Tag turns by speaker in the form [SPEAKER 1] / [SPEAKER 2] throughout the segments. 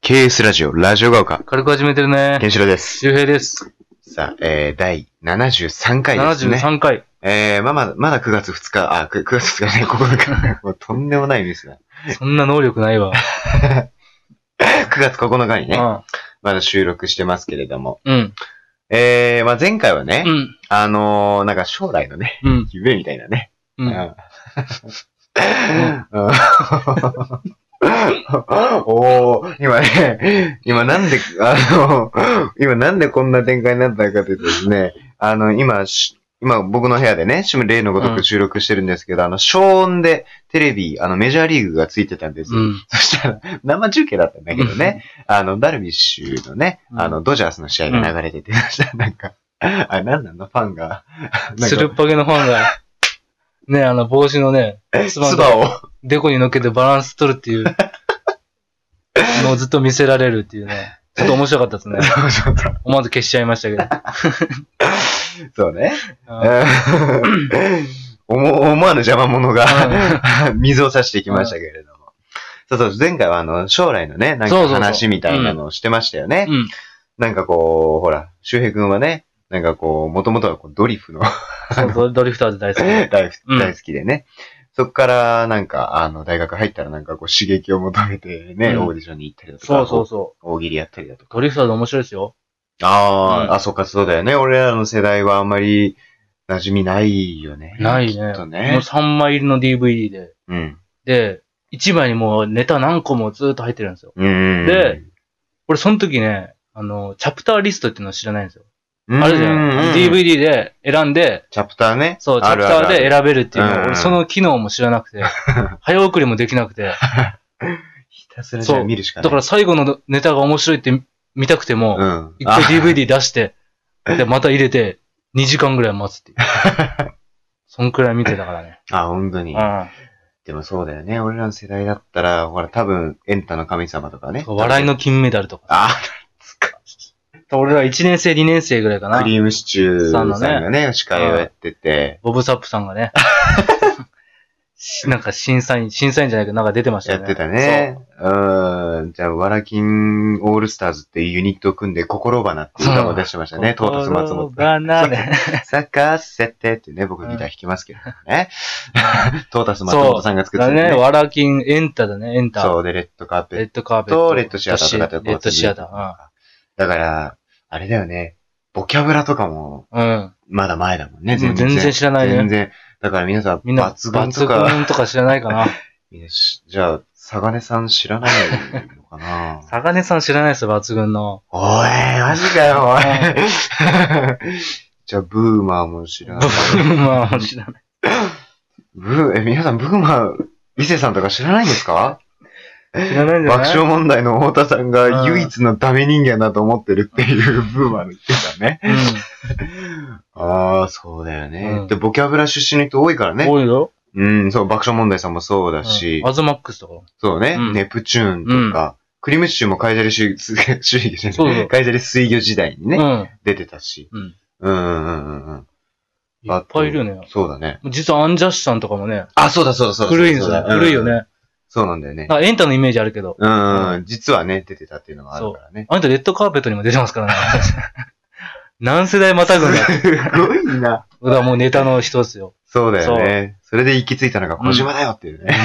[SPEAKER 1] KS ラジオ、ラジオが丘、
[SPEAKER 2] 軽く始めてるね
[SPEAKER 1] ケ。ンシロウです。
[SPEAKER 2] 周平です。
[SPEAKER 1] さあ、えー、第73回ですね。
[SPEAKER 2] 73回。
[SPEAKER 1] えー、まあ、まだ、まだ9月2日、あ、9, 月2日ね、9日。もう とんでもないミスだ。
[SPEAKER 2] そんな能力ないわ。
[SPEAKER 1] 9月9日にね、
[SPEAKER 2] ああ
[SPEAKER 1] まだ収録してますけれども。
[SPEAKER 2] うん。
[SPEAKER 1] えー、まあ、前回はね、
[SPEAKER 2] うん。
[SPEAKER 1] あのー、なんか将来のね、
[SPEAKER 2] うん。
[SPEAKER 1] 夢みたいなね。
[SPEAKER 2] う。
[SPEAKER 1] うんん おー、今ね、今なんで、あの、今なんでこんな展開になったのかというとですね、あの、今し、今僕の部屋でね、趣味例のごとく収録してるんですけど、あの、消音でテレビ、あの、メジャーリーグがついてたんですよ。
[SPEAKER 2] うん。
[SPEAKER 1] そしたら、生中継だったんだけどね、あの、ダルビッシュのね、
[SPEAKER 2] うん
[SPEAKER 1] あの、ドジャースの試合が流れてて、そしたらなんか、あ、なんなんだ、ファンが、なん
[SPEAKER 2] する
[SPEAKER 1] か、
[SPEAKER 2] っぱげのファンが、ね、あの、帽子のね、
[SPEAKER 1] つ
[SPEAKER 2] つばんで
[SPEAKER 1] ばを、
[SPEAKER 2] デコに乗っけてバランス取 るっていうのをずっと見せられるっていうね。ちょっと面白かっ たですね。
[SPEAKER 1] そうそうそう
[SPEAKER 2] 思わず消しちゃいましたけど。
[SPEAKER 1] そうね。
[SPEAKER 2] ああ
[SPEAKER 1] 思思わぬ邪魔者が 水を差してきましたけれども。そうそう、前回はあの、将来のね、なん
[SPEAKER 2] そう
[SPEAKER 1] か
[SPEAKER 2] そうそう
[SPEAKER 1] 話みたいなのをしてましたよね
[SPEAKER 2] う。ん。
[SPEAKER 1] なんかこう、ほら、周平くんはね、なんかこう、もともとはこうドリフの
[SPEAKER 2] そうそう、ドリフターズ大好き。
[SPEAKER 1] 大好
[SPEAKER 2] うん
[SPEAKER 1] 大好きでね。そっから、なんか、あの、大学入ったらなんかこう、刺激を求めてね、
[SPEAKER 2] うん
[SPEAKER 1] オーディションに行ったりだとか、
[SPEAKER 2] そうそうそ
[SPEAKER 1] 大喜利やったりだと
[SPEAKER 2] う。
[SPEAKER 1] か。
[SPEAKER 2] ドリフターズ面白いですよ。
[SPEAKER 1] ああ、
[SPEAKER 2] うん
[SPEAKER 1] あ、そうか、そうだよね。俺らの世代はあんまり馴染みないよね。
[SPEAKER 2] ない
[SPEAKER 1] き
[SPEAKER 2] ね。
[SPEAKER 1] っと
[SPEAKER 2] もう
[SPEAKER 1] ね。
[SPEAKER 2] 3枚入りの DVD で。
[SPEAKER 1] うん。
[SPEAKER 2] で、1枚にもうネタ何個もずーっと入ってるんですよ。
[SPEAKER 1] で
[SPEAKER 2] で、俺、その時ね、あの、チャプターリストっていうのを知らないんですよ。
[SPEAKER 1] あ
[SPEAKER 2] あるじゃん。
[SPEAKER 1] DVD。
[SPEAKER 2] DVD で選んで、
[SPEAKER 1] チャプターね。
[SPEAKER 2] そう、チ
[SPEAKER 1] あ
[SPEAKER 2] ャプ
[SPEAKER 1] る
[SPEAKER 2] ターで選べるっていうの
[SPEAKER 1] うんうん
[SPEAKER 2] 俺、その機能も知ら なくて、早送りもできなくて、
[SPEAKER 1] ひたすらじゃあ
[SPEAKER 2] そう
[SPEAKER 1] 見るしかな
[SPEAKER 2] だ
[SPEAKER 1] い。
[SPEAKER 2] から最後のネタが面白いって見たくても、
[SPEAKER 1] ら、うん。
[SPEAKER 2] 一回
[SPEAKER 1] あ
[SPEAKER 2] DVD 出して、で、また入れて、2時間ぐらい待 つっていう。そんくらい見てたからね。
[SPEAKER 1] あ、本当
[SPEAKER 2] う
[SPEAKER 1] に。
[SPEAKER 2] ん
[SPEAKER 1] でもそうだよね。俺らの世代だったら、ほら、多分、エンタの神様とかね。
[SPEAKER 2] そう。笑いの金メダルとか。
[SPEAKER 1] あ、
[SPEAKER 2] 俺ら1年生、2年生ぐらいかな
[SPEAKER 1] ク。リームシチューさんがね、司会をやってて、
[SPEAKER 2] ボブサップさん がね。しなんか審査員、審査員じゃないけど、なんか出てました
[SPEAKER 1] や
[SPEAKER 2] よ
[SPEAKER 1] って
[SPEAKER 2] ね。
[SPEAKER 1] たね。うん。じゃあ、わらきんオールスターズっていうユニットを組んで、心花っていう歌も出してまし
[SPEAKER 2] そ
[SPEAKER 1] た
[SPEAKER 2] う。
[SPEAKER 1] ね。トータス松本
[SPEAKER 2] 心。離れ
[SPEAKER 1] 咲かせてってね、僕ギター弾きますけど ね。トータス松本さんが作って
[SPEAKER 2] だ
[SPEAKER 1] た
[SPEAKER 2] ね、
[SPEAKER 1] ね。
[SPEAKER 2] ワラキン、エンタだね、エンタ。
[SPEAKER 1] そう、で、レッドカーペ
[SPEAKER 2] レ
[SPEAKER 1] ッ
[SPEAKER 2] ッドカー
[SPEAKER 1] ト
[SPEAKER 2] ペット。
[SPEAKER 1] とレッドシアターとかって
[SPEAKER 2] レッドシアター。
[SPEAKER 1] だから、あれだよね。ボキャブラとかも、
[SPEAKER 2] うん。うん
[SPEAKER 1] まだ前だもんね。全然。
[SPEAKER 2] 全然知らないね
[SPEAKER 1] 全然。だから皆さん、
[SPEAKER 2] みんな、
[SPEAKER 1] 抜群とか、
[SPEAKER 2] 群とか知らな いかな。
[SPEAKER 1] みんなしじゃあ、サガネさん知らないのかな
[SPEAKER 2] サガネさん知らないですよ、抜群の。
[SPEAKER 1] おい、マジか よ、おい。じゃあ、ブーマーも知らない。
[SPEAKER 2] まあ、知らない。
[SPEAKER 1] ブー、え、皆さん、ブーマー、伊勢さんとか知らないんですか
[SPEAKER 2] 知らないんじゃ
[SPEAKER 1] 爆
[SPEAKER 2] ない
[SPEAKER 1] 笑問題の太田さんが
[SPEAKER 2] うん
[SPEAKER 1] 唯一のダメ人間だと思ってるっていうブーマーの言ってたね。ああ、そうだよね、
[SPEAKER 2] うん
[SPEAKER 1] で、ボキャブラ出身の人多いから
[SPEAKER 2] うん。
[SPEAKER 1] ね。
[SPEAKER 2] 多いよ。
[SPEAKER 1] うん、そう、爆笑問題さんもそうだし、
[SPEAKER 2] アズマックスと
[SPEAKER 1] そうね、
[SPEAKER 2] うん
[SPEAKER 1] ネプチューンとか、クリムシチューもカイジャリ 水魚、水魚じゃ
[SPEAKER 2] そう
[SPEAKER 1] な
[SPEAKER 2] そ
[SPEAKER 1] いうカイジャリ水魚時代に
[SPEAKER 2] か。
[SPEAKER 1] ね、
[SPEAKER 2] うん。
[SPEAKER 1] 出てたし。
[SPEAKER 2] うん。
[SPEAKER 1] うんうんうんうん。
[SPEAKER 2] いっぱいいるよね。
[SPEAKER 1] そうだね。
[SPEAKER 2] 実はアンジャッシュさんとかもね、
[SPEAKER 1] あ、そうだそうだそうだ。
[SPEAKER 2] 古いんです
[SPEAKER 1] そう
[SPEAKER 2] よ
[SPEAKER 1] だ
[SPEAKER 2] ね。古いよ。
[SPEAKER 1] うん
[SPEAKER 2] ね。
[SPEAKER 1] そうなんだよね。
[SPEAKER 2] なんかエンタのイメージあるけど。
[SPEAKER 1] うん、うん、実はね、出てたっていうのがあるからね。
[SPEAKER 2] あなたレッドカーペットにも出てま すからね。何世代またぐんだって。
[SPEAKER 1] すごいな。
[SPEAKER 2] これはもうネタの一つよ。
[SPEAKER 1] そうだよね。それで行き着いたのが小島だよっていうね。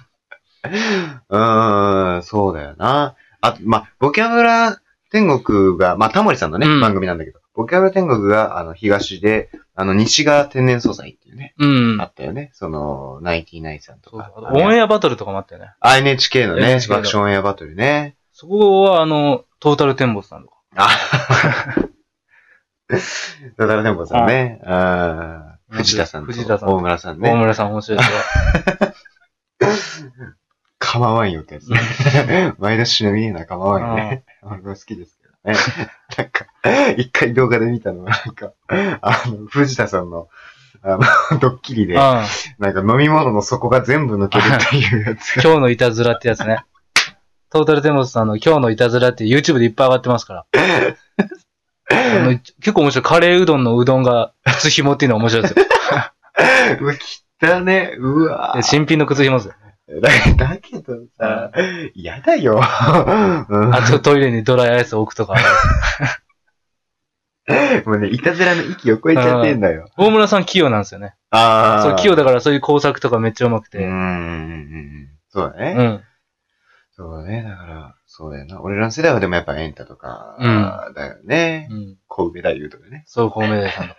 [SPEAKER 1] うーん、そうだよな。あと、まあ、ボキャブラ天国が、まあ、タモリさんのね、
[SPEAKER 2] うん
[SPEAKER 1] 番組なんだけど、ボキャブラ天国が、あの、東で、あの、西が天然素材っていうね、
[SPEAKER 2] うん
[SPEAKER 1] あ。ったよね。その、ナインティナインさんと
[SPEAKER 2] そう
[SPEAKER 1] か
[SPEAKER 2] あ。とオン
[SPEAKER 1] エ
[SPEAKER 2] エアバトルとかもあったよね。
[SPEAKER 1] ア ?NHK のね、
[SPEAKER 2] NHK の
[SPEAKER 1] 爆笑オンエアバトルね。
[SPEAKER 2] そこは、あの、トータルテンボスさんとか。
[SPEAKER 1] あだから天国さんね。うん藤田さんと
[SPEAKER 2] 藤田さん
[SPEAKER 1] 大村さん
[SPEAKER 2] 大
[SPEAKER 1] ね。
[SPEAKER 2] 村さん面白いですよ。
[SPEAKER 1] 構わんよってやつね。 毎年忍びねえな、構わんよ ね。俺も好きですけどね。 なんか、一回動画で見たのは、なんか、あの、藤田さんの、あの、 ドッキリ
[SPEAKER 2] う
[SPEAKER 1] で、
[SPEAKER 2] ん。
[SPEAKER 1] なん
[SPEAKER 2] 今
[SPEAKER 1] か飲み物の底が全部抜けるっていう やつ
[SPEAKER 2] 日
[SPEAKER 1] が。
[SPEAKER 2] のいたずらってやつね。 トータルテンボスさんの今日のいたずらって YouTube でいっぱい上がってますから。 あの結構面白い。カレーうどんのうどんが靴紐っていうのが面白いですよ。
[SPEAKER 1] うわ、汚ね。うわ
[SPEAKER 2] で。新品の靴紐ですよ。
[SPEAKER 1] だだけどさ、嫌だよ。うん
[SPEAKER 2] あとトイレにドライアイス置くとか。
[SPEAKER 1] もうね、いたずらの域を超えちゃってんだよ。
[SPEAKER 2] 大村さん器用なんですよね。
[SPEAKER 1] ああ。
[SPEAKER 2] そう、器用だからそういう工作とかめっちゃうまく
[SPEAKER 1] うー
[SPEAKER 2] て。
[SPEAKER 1] ん。そうだ
[SPEAKER 2] う
[SPEAKER 1] ね。
[SPEAKER 2] ん。
[SPEAKER 1] そうだね。だから、そうだよな。俺らの世代はでもやっぱエンタとか、だよね。
[SPEAKER 2] うん。
[SPEAKER 1] 小梅太夫とかね。
[SPEAKER 2] そう、孔明さんの。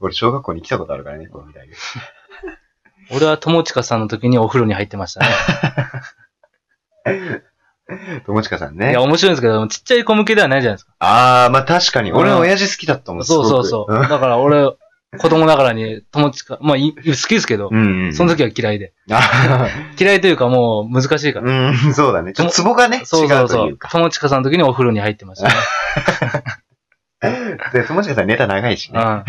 [SPEAKER 1] 俺、小学校に来たことあるからね、小梅太夫。
[SPEAKER 2] 俺は友近さんの時にお風呂に入ってましたね。
[SPEAKER 1] 友近さん
[SPEAKER 2] い
[SPEAKER 1] ね
[SPEAKER 2] や、。面白いんですけど、ちっちゃい子向けではないじゃないですか。
[SPEAKER 1] ああ、まあ確かに。俺は親父好きだったもん、す
[SPEAKER 2] そ
[SPEAKER 1] ご
[SPEAKER 2] う
[SPEAKER 1] く
[SPEAKER 2] そうそう。だから俺、子供ながらに友近、まあ、い好きですけど
[SPEAKER 1] う、ん。うん。
[SPEAKER 2] その時は嫌いで。
[SPEAKER 1] あ
[SPEAKER 2] 嫌いというかもう難しい
[SPEAKER 1] ー
[SPEAKER 2] か
[SPEAKER 1] うん、そうだね。ちょっとツボがね、
[SPEAKER 2] ら。そうそうそ
[SPEAKER 1] 違うというう。か。
[SPEAKER 2] 友近さんの時にお風呂に入ってましたね。
[SPEAKER 1] で、友近さんネタ長いしね。
[SPEAKER 2] う
[SPEAKER 1] あ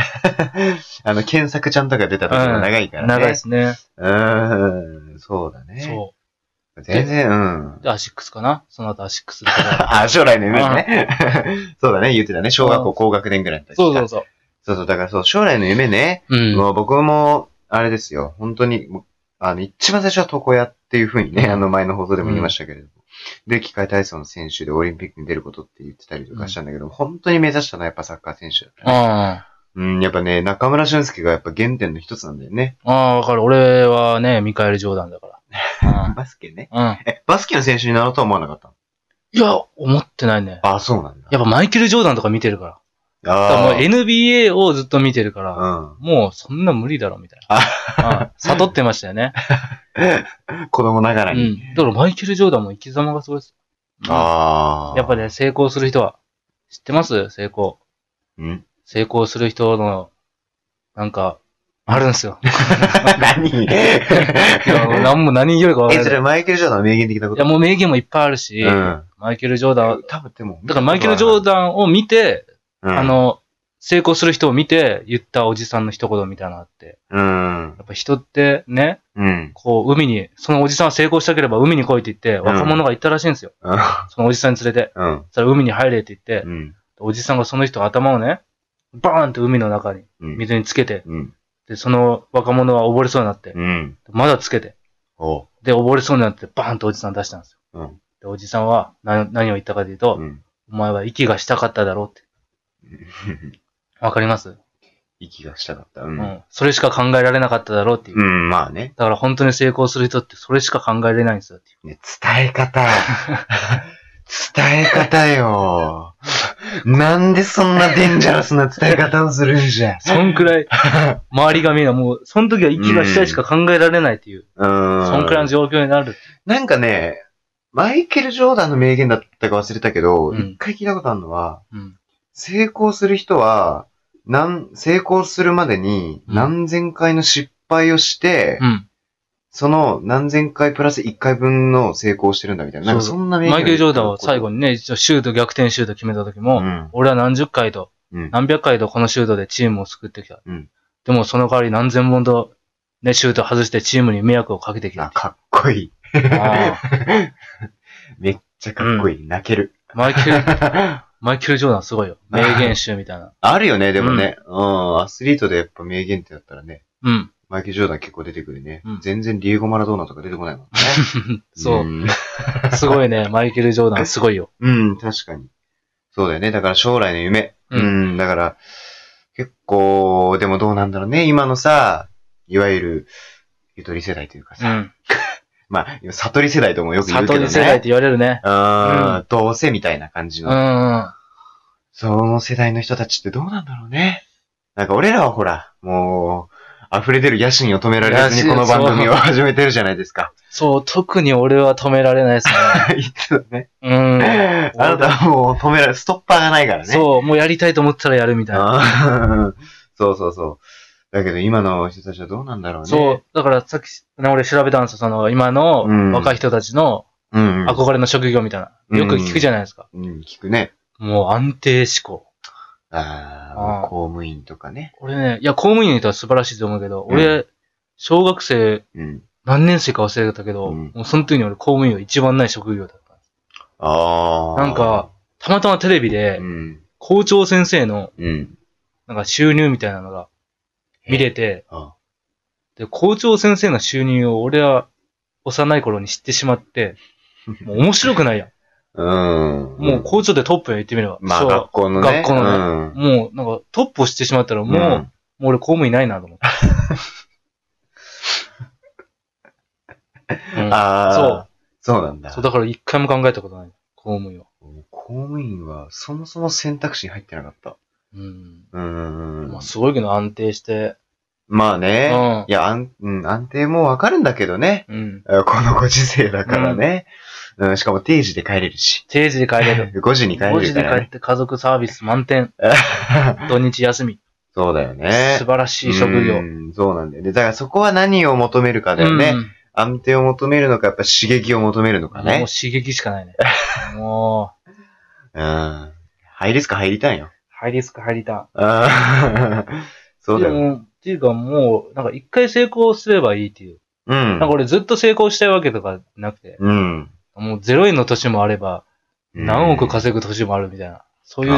[SPEAKER 1] の、検索ちゃんとか出た時も長いか
[SPEAKER 2] ん。
[SPEAKER 1] らね。
[SPEAKER 2] 長いですね。
[SPEAKER 1] うーん、そうだね。
[SPEAKER 2] そ
[SPEAKER 1] 全然、うん
[SPEAKER 2] う。。で、アシックスかなその後アシックスだから。
[SPEAKER 1] あ、将来の夢ね。 そうだね、言ってたね。小学校高学年ぐらいの時か。
[SPEAKER 2] そうそう
[SPEAKER 1] そう。
[SPEAKER 2] そ
[SPEAKER 1] そうだからそう、将来の夢ね。
[SPEAKER 2] う。うん。
[SPEAKER 1] もう僕も、あれですよ。本当に、もうあの、一番最初は床屋っていうふうにね、あの前の放送でも言いましたけれども。で、機械体操の選手でオリンピックに出ることって言ってたりとかしたんだけど、本当に目指したのはやっぱサッカー選手だった
[SPEAKER 2] う
[SPEAKER 1] ね。
[SPEAKER 2] ん。
[SPEAKER 1] うん、やっぱね、中村俊介がやっぱ原点の一つなんだよね。
[SPEAKER 2] ああ、わかる。俺はね、ミカエル・ジョーダンだから。
[SPEAKER 1] バスケね。
[SPEAKER 2] うん。うん。
[SPEAKER 1] え、バスケの選手になろうとは思わなかった
[SPEAKER 2] いや、思ってないね。
[SPEAKER 1] あ、そうなんだ。
[SPEAKER 2] やっぱマイケル・ジョーダンとか見てるから。だか
[SPEAKER 1] あ
[SPEAKER 2] ら
[SPEAKER 1] あ
[SPEAKER 2] もう NBA をずっと見てるから、
[SPEAKER 1] ー
[SPEAKER 2] もうそんな無理だろ、みたいな。うん。 悟ってましたよね。
[SPEAKER 1] うん。 子供なが
[SPEAKER 2] う
[SPEAKER 1] らに。
[SPEAKER 2] ん。だからマイケル・ジョーダンも生き様がすごいです。
[SPEAKER 1] ああ。
[SPEAKER 2] やっぱ。ね、成功する人は、知ってます成功。
[SPEAKER 1] うん。
[SPEAKER 2] 成功する人の、なんか、あるんです よ。
[SPEAKER 1] 何
[SPEAKER 2] いや、もう何も何よりかわか
[SPEAKER 1] え、
[SPEAKER 2] ら
[SPEAKER 1] そ
[SPEAKER 2] ない。
[SPEAKER 1] れマイケル・ジョーダンの名言的なこ
[SPEAKER 2] い
[SPEAKER 1] と
[SPEAKER 2] や、もう名言もいっぱいあるし、
[SPEAKER 1] うん。
[SPEAKER 2] マイケル・ジョーダンは、
[SPEAKER 1] 多分でも。
[SPEAKER 2] だからマイケル・ジョー
[SPEAKER 1] ー
[SPEAKER 2] ダンを見て、
[SPEAKER 1] ダ
[SPEAKER 2] あ、の、成功する人を見て言ったおじさんの一言みたいなのあって、
[SPEAKER 1] うん。
[SPEAKER 2] やっぱ人ってね、
[SPEAKER 1] うん。
[SPEAKER 2] こう海に、そのおじさんは成功したければ海に来いって言って、若者が言ったらしいんですよ。そのおじさんに連れて。
[SPEAKER 1] うん。
[SPEAKER 2] そしたら海に入れって言って、
[SPEAKER 1] うん。
[SPEAKER 2] おじさんがその人の頭をね、バーンって海の中に、
[SPEAKER 1] うん。
[SPEAKER 2] 水につけて、
[SPEAKER 1] うん。
[SPEAKER 2] で、その若者は溺れそうになって、
[SPEAKER 1] うん。
[SPEAKER 2] まだつけて、
[SPEAKER 1] おう。
[SPEAKER 2] で、溺れそうになって、バーンとおじさん出したんですよ。
[SPEAKER 1] うん
[SPEAKER 2] で、おじさんは何何を言ったかというと、
[SPEAKER 1] うん。
[SPEAKER 2] お前は息がしたかっただろうって。 わかります、
[SPEAKER 1] 息がしたかった。う。
[SPEAKER 2] うんん。それしか考えられなかっただろうっていう。
[SPEAKER 1] うん、まあね。
[SPEAKER 2] だから本当に成功する人ってそれしか考えれないんですよっていう。
[SPEAKER 1] ね伝え方。伝え方よ。なんでそんなデンジャラスな伝え方をするんじゃ。
[SPEAKER 2] そんくらい、周りがみんなもう、その時は息がしたいしか考えられないっていう、
[SPEAKER 1] うん。
[SPEAKER 2] そんくらいの状況になる。
[SPEAKER 1] なんかね、マイケル・ジョーダンの名言だったか忘れたけど、
[SPEAKER 2] うん
[SPEAKER 1] 一、回聞いたことあるのは、
[SPEAKER 2] うん。
[SPEAKER 1] 成功する人は、なん成功するまでに
[SPEAKER 2] うん
[SPEAKER 1] 何千回の失敗をして、
[SPEAKER 2] うん。
[SPEAKER 1] その何千回プラス1回分の成功をしてるんだみたいな。なんか
[SPEAKER 2] そ
[SPEAKER 1] そ
[SPEAKER 2] う
[SPEAKER 1] んな名言
[SPEAKER 2] マイケル・ジョーダンは最後
[SPEAKER 1] に。
[SPEAKER 2] にね、一応シュート、逆転シュート決めた時も、
[SPEAKER 1] うん。
[SPEAKER 2] 俺は何十回と、
[SPEAKER 1] うん。
[SPEAKER 2] 何百回とこのシュートでチームを救ってきた。
[SPEAKER 1] うん
[SPEAKER 2] でもその代わり何千本と、ね、シュート外してチームに迷惑をかけてきた
[SPEAKER 1] あ、
[SPEAKER 2] っていう。
[SPEAKER 1] かっこいい。
[SPEAKER 2] ああ
[SPEAKER 1] めっちゃかっこいい。泣ける。
[SPEAKER 2] マイケル、マイケル・ジョーダンすごいよ。名言集みたいな。
[SPEAKER 1] あるよね、でもね。うん、アスリートでやっぱ名言ってなったらね、
[SPEAKER 2] うん。
[SPEAKER 1] マイケル・ジョーダン結構出てくるね。
[SPEAKER 2] うん
[SPEAKER 1] 全然ディエゴ・マラドーナとか出てこないもんね。
[SPEAKER 2] そうう。
[SPEAKER 1] ん
[SPEAKER 2] すごいね。マイケル・ジョーダンすごいよ。
[SPEAKER 1] うん、確かに。そうだよね。だから将来の夢。
[SPEAKER 2] う
[SPEAKER 1] うんん、だから、結構、でもどうなんだろうね。今のさ、いわゆる、ゆとり世代というか
[SPEAKER 2] う
[SPEAKER 1] さ、
[SPEAKER 2] ん。
[SPEAKER 1] まあ、悟り世代ともよく言うけど
[SPEAKER 2] 悟
[SPEAKER 1] ね。
[SPEAKER 2] り世代って言われるね。
[SPEAKER 1] うん、
[SPEAKER 2] う
[SPEAKER 1] どうせみたいな感じ
[SPEAKER 2] う
[SPEAKER 1] の、
[SPEAKER 2] ん。
[SPEAKER 1] その世代の人たちってどうなんだろうね。なんか俺らはほら、もう、溢れ出る野心を止められずに
[SPEAKER 2] 野
[SPEAKER 1] こ
[SPEAKER 2] 心
[SPEAKER 1] の番組を始めてるじゃないです か。
[SPEAKER 2] そう、特に俺は止められないですね。
[SPEAKER 1] 言ってたね。
[SPEAKER 2] うん。
[SPEAKER 1] あなたはもう止められ、ストッパーがないからね。
[SPEAKER 2] そう、もうやりたいと思ったらやるみたいな。
[SPEAKER 1] あー そうそうそう。だけど今の人たちはどうなんだろうね。
[SPEAKER 2] そう、だからさっき、ね、俺調べたんですよ。その、今
[SPEAKER 1] う
[SPEAKER 2] の
[SPEAKER 1] ん
[SPEAKER 2] 若い人たちの
[SPEAKER 1] う。うん、うん。
[SPEAKER 2] 憧れの職業みたいな。よく聞くじゃないですか。
[SPEAKER 1] うん、聞くね。
[SPEAKER 2] もう安定志向。
[SPEAKER 1] ああ、
[SPEAKER 2] あー
[SPEAKER 1] 公務員とかね。
[SPEAKER 2] 俺ね、いや、公務員の人は素晴らしいと思うけど、
[SPEAKER 1] うん
[SPEAKER 2] 俺、小学生
[SPEAKER 1] うん。
[SPEAKER 2] 何年生か忘れたけど、
[SPEAKER 1] うん
[SPEAKER 2] もうその時に俺公務員は一番ない職業だったんです。
[SPEAKER 1] ああ。
[SPEAKER 2] なんか、、たまたまテレビで
[SPEAKER 1] う、ん。
[SPEAKER 2] 校長先生の、
[SPEAKER 1] うん。
[SPEAKER 2] なんか収入みたいなのが見れて、
[SPEAKER 1] あ
[SPEAKER 2] で、校長先生の収入を俺は幼い頃に知ってしまって、もう面白くないやん。
[SPEAKER 1] うん。
[SPEAKER 2] もう校長でトップや言ってみれば。
[SPEAKER 1] まあ
[SPEAKER 2] そう
[SPEAKER 1] 学校のね。
[SPEAKER 2] 学校のね
[SPEAKER 1] うん
[SPEAKER 2] もうなんかトップを知ってしまったらもう、もう俺公務員ないな と思って。うん
[SPEAKER 1] ああ。
[SPEAKER 2] そう。
[SPEAKER 1] そうなんだ。
[SPEAKER 2] そう、だから一回も考えたことない。公務員は。
[SPEAKER 1] 公務員はそもそも選択肢に入ってなかった。
[SPEAKER 2] うん。
[SPEAKER 1] うん。
[SPEAKER 2] まあ、すごいけど安定して。
[SPEAKER 1] まあ
[SPEAKER 2] う
[SPEAKER 1] ね。
[SPEAKER 2] ん
[SPEAKER 1] い。や、安、うん、安定もわかるんだけどね。
[SPEAKER 2] うん。
[SPEAKER 1] あこのご時世だからね。うん、しかも定時で帰れるし。
[SPEAKER 2] 定時で帰れる。
[SPEAKER 1] 5時に帰れ
[SPEAKER 2] 5
[SPEAKER 1] る
[SPEAKER 2] 時
[SPEAKER 1] か
[SPEAKER 2] で帰
[SPEAKER 1] ら
[SPEAKER 2] っ
[SPEAKER 1] ね。
[SPEAKER 2] て家族サービス満点。土日休み。
[SPEAKER 1] そうだよね。
[SPEAKER 2] 素晴らしい職業
[SPEAKER 1] う。んそうなんだよね。だからそこは何を求めるかだよね。
[SPEAKER 2] うん
[SPEAKER 1] 安定を求めるのか、やっぱ刺激を求めるのか
[SPEAKER 2] も
[SPEAKER 1] ね
[SPEAKER 2] う。刺激しかないね。もう、
[SPEAKER 1] うん。入りすか入りたいよ。
[SPEAKER 2] ハイリスク入りた。
[SPEAKER 1] あー そうだ
[SPEAKER 2] で
[SPEAKER 1] よ。
[SPEAKER 2] も、っていうかもう、なんか一回成功すればいいっていう。
[SPEAKER 1] う
[SPEAKER 2] なんか
[SPEAKER 1] ん。
[SPEAKER 2] 俺ずっと成功したいわけとかなくて。
[SPEAKER 1] うん。
[SPEAKER 2] もう0円の年もあれば、何億稼ぐ年もあるみたいな。そういう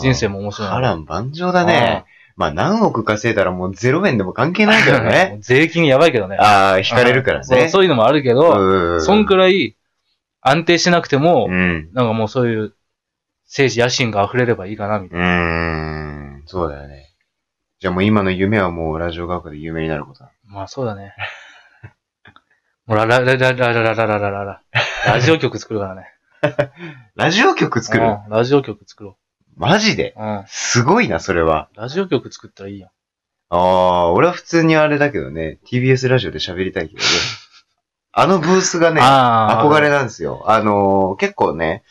[SPEAKER 2] 人生
[SPEAKER 1] も
[SPEAKER 2] も面白い。
[SPEAKER 1] 波乱万丈だね。まあ何億稼いだらもう0円でも関係ないけど
[SPEAKER 2] も
[SPEAKER 1] ね。
[SPEAKER 2] う税金やばいけどね。
[SPEAKER 1] ああ、引かれるからね。
[SPEAKER 2] そうそういうのもあるけど、
[SPEAKER 1] う
[SPEAKER 2] そんく
[SPEAKER 1] らい。
[SPEAKER 2] らい安定しなくても、
[SPEAKER 1] うん。
[SPEAKER 2] なんかもうそういう政治野心が溢れればいいかな、みたいう
[SPEAKER 1] ーん。そうだよね。じゃあもう今の夢はもうラジオ学科で有名になることだ。
[SPEAKER 2] な。まあそうだね。もうララララララララララ ララ。ラジオ局作るからね。
[SPEAKER 1] ラジオ局作る
[SPEAKER 2] うんラジオ局作ろ
[SPEAKER 1] マジで
[SPEAKER 2] う。うん。
[SPEAKER 1] すごいな、それは。
[SPEAKER 2] ラジオ局作ったらいいやん。
[SPEAKER 1] ああ、俺は普通にあれだけどね、TBS ラジオで喋りたいけどね。あのブース がね、
[SPEAKER 2] あ
[SPEAKER 1] 憧れ
[SPEAKER 2] な。
[SPEAKER 1] なんですよ。あのー結構ね、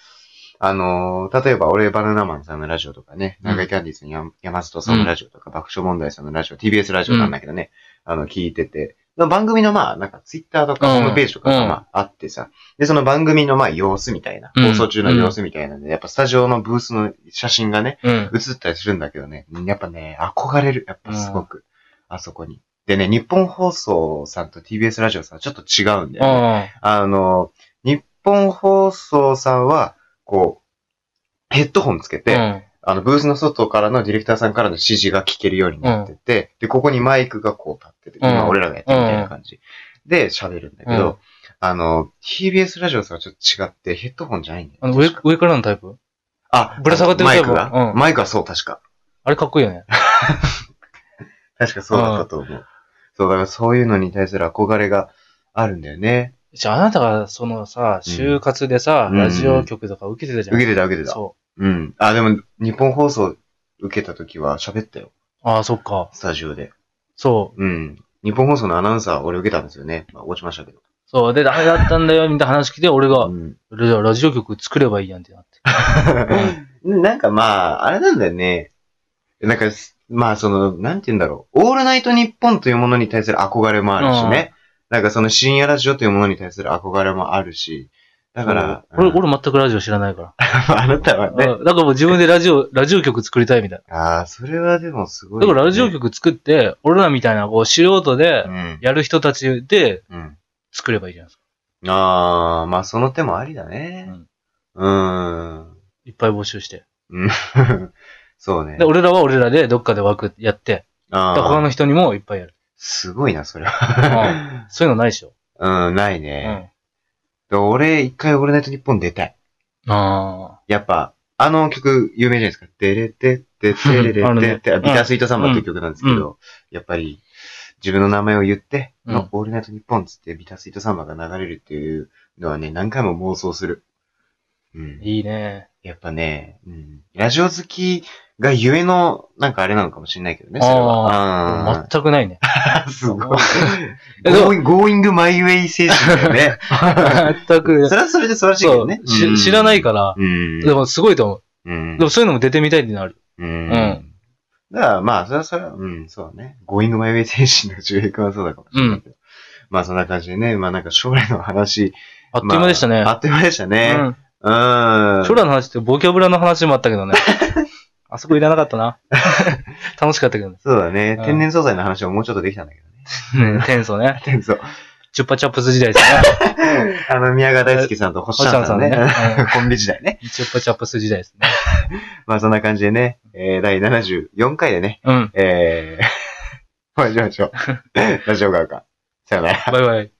[SPEAKER 1] あのー例えば俺バナナマンさんのラジオとかね、
[SPEAKER 2] うん
[SPEAKER 1] 南海キャンディーズの山山里さんのラジオとか、爆笑問題さんのラジオ、TBS ラジオなんだけどね、あの、聞いてて、番組のまあ、なんかツイッターとか
[SPEAKER 2] うん
[SPEAKER 1] ホームページとかが
[SPEAKER 2] うん
[SPEAKER 1] まああってさ、で、その番組のまあ様子みたいな、
[SPEAKER 2] うん
[SPEAKER 1] 放送中の様子みたいなんで、やっぱスタジオのブースの写真がね、
[SPEAKER 2] うん。
[SPEAKER 1] 映ったりするんだけどね、やっぱね、憧れる、やっぱすごく、あそこに。でね、日本放送さんと TBS ラジオさんはちょっと違うんだよね。
[SPEAKER 2] うん。
[SPEAKER 1] あの、日本放送さんは、こう、ヘッドホンつけて、
[SPEAKER 2] うん
[SPEAKER 1] あの、ブースの外からのディレクターさんからの指示が聞けるようになってて、で、ここにマイクがこう立ってて、
[SPEAKER 2] うん
[SPEAKER 1] 今俺らがやってるみたいな感じ。で、喋るんだけど、
[SPEAKER 2] うん
[SPEAKER 1] あの、TBS ラジオさんはちょっと違って、ヘッドホンじゃないんだよ。
[SPEAKER 2] あの上
[SPEAKER 1] 確か、
[SPEAKER 2] 上からのタイプ
[SPEAKER 1] あ、
[SPEAKER 2] ぶら下がってる
[SPEAKER 1] マ
[SPEAKER 2] タ
[SPEAKER 1] イ
[SPEAKER 2] イプ
[SPEAKER 1] クが、
[SPEAKER 2] うん
[SPEAKER 1] マイクはそう、確か。
[SPEAKER 2] あれかっこいいよね。
[SPEAKER 1] 確かそうだったと思う。そう、だからそういうのに対する憧れがあるんだよね。
[SPEAKER 2] じゃああなたがそのさ、就活でさ、
[SPEAKER 1] うん
[SPEAKER 2] ラジオ局とか受けてたじゃん。
[SPEAKER 1] 受けてた、受けてた。
[SPEAKER 2] そ
[SPEAKER 1] うん。あ、でも、日本放送受けた時は喋ったよ。
[SPEAKER 2] う。ああ、そっか。
[SPEAKER 1] スタジオで。
[SPEAKER 2] そう。
[SPEAKER 1] うん。日本放送のアナウンサー、俺受けたんですよね。まあ、落ちましたけど。
[SPEAKER 2] そう。で、ダメだったんだよ、みたいな話聞いて、俺が
[SPEAKER 1] う、ん。
[SPEAKER 2] じゃあラジオ局作ればいいやんってなって。
[SPEAKER 1] なんかまあ、あれなんだよね。なんか、すまあその、なんて言うんだろう。オールナイト日本というものに対する憧れもあるしね。なんかその深夜ラジオというものに対する憧れもあるし。だから、
[SPEAKER 2] そう
[SPEAKER 1] うん
[SPEAKER 2] 俺、俺全くラジオ知らないか
[SPEAKER 1] あなたは
[SPEAKER 2] ら。
[SPEAKER 1] ね。
[SPEAKER 2] うんだからもう自分でラジオ、ラジオ局作りたいみたい
[SPEAKER 1] ああ、それはでもすご
[SPEAKER 2] な。
[SPEAKER 1] い、
[SPEAKER 2] だからラジオ、局作って、俺らみたいな、こう、素人で
[SPEAKER 1] う、ん。
[SPEAKER 2] やる人たちで
[SPEAKER 1] うん。
[SPEAKER 2] 作ればいいじゃないですか。
[SPEAKER 1] ああ、まあその手もありだね。うーん。
[SPEAKER 2] いっぱい募集して。
[SPEAKER 1] うん。そうね。
[SPEAKER 2] で、俺らは俺らでどっかで枠やって、
[SPEAKER 1] あー
[SPEAKER 2] 他の人にもいっぱ いやる。
[SPEAKER 1] すごいな、それ
[SPEAKER 2] う
[SPEAKER 1] は。
[SPEAKER 2] そういうのないでしょ。
[SPEAKER 1] うん、ない
[SPEAKER 2] うん。
[SPEAKER 1] ね。
[SPEAKER 2] あ
[SPEAKER 1] で俺、一回オールナイト日本出たい。
[SPEAKER 2] あ
[SPEAKER 1] やっぱ、あの曲有名じゃないですか。デレテテテレレ
[SPEAKER 2] ある
[SPEAKER 1] テ
[SPEAKER 2] ね
[SPEAKER 1] テ、ビタースイートサンバっていう曲なんですけ
[SPEAKER 2] うんう
[SPEAKER 1] ど、やっぱり、自分の名前を言って、
[SPEAKER 2] うん
[SPEAKER 1] のオールナイト日本っつってビタースイートサンバが流れるっていうのはね、何回も妄想する。うん
[SPEAKER 2] ー。。いいね。
[SPEAKER 1] やっぱね、うん、ラジオ好きがゆえの、なんかあれなのかもしれないけどね、それは。うん
[SPEAKER 2] 全くな いね。
[SPEAKER 1] すごい。
[SPEAKER 2] えでも
[SPEAKER 1] Going- Going My Way 精神だよ ね。
[SPEAKER 2] 全く。
[SPEAKER 1] それはそれで素晴らしいけ
[SPEAKER 2] そ
[SPEAKER 1] ど
[SPEAKER 2] う
[SPEAKER 1] ね。、うん
[SPEAKER 2] し知らないから、
[SPEAKER 1] うん。
[SPEAKER 2] でもすごいと思う。
[SPEAKER 1] うん、
[SPEAKER 2] でもそういうのも出てみたいってなる。
[SPEAKER 1] うん。
[SPEAKER 2] うん
[SPEAKER 1] だからまあ、それはそれは、うん、そうだね。Going My Way 精神の重役はそうだかもしれないけど。まあそんな感じでね、まあなんか将来の話。
[SPEAKER 2] あっという間でしたね。
[SPEAKER 1] まああっという間でしたね。うん。
[SPEAKER 2] うん。初来の話ってボキャブラの話もあったけど ね。あそこいらなかったな。楽しかったけどね。
[SPEAKER 1] そうだね
[SPEAKER 2] う。ん
[SPEAKER 1] 天然素材の話ももうちょっとできたんだけどね。
[SPEAKER 2] ねテンソね。
[SPEAKER 1] 天然素
[SPEAKER 2] チュッパチャップス時代ですね。
[SPEAKER 1] あの、宮川大輔さんと星ちゃんさんね
[SPEAKER 2] 星ちゃんさんね。
[SPEAKER 1] コンビ時代ね。
[SPEAKER 2] チュッパチャップス時代ですね。
[SPEAKER 1] まあそんな感じでね、えー、第74回でね、
[SPEAKER 2] うん。
[SPEAKER 1] えー、お会いしましょう。ラジオ側か。さよなら。
[SPEAKER 2] バイバイ。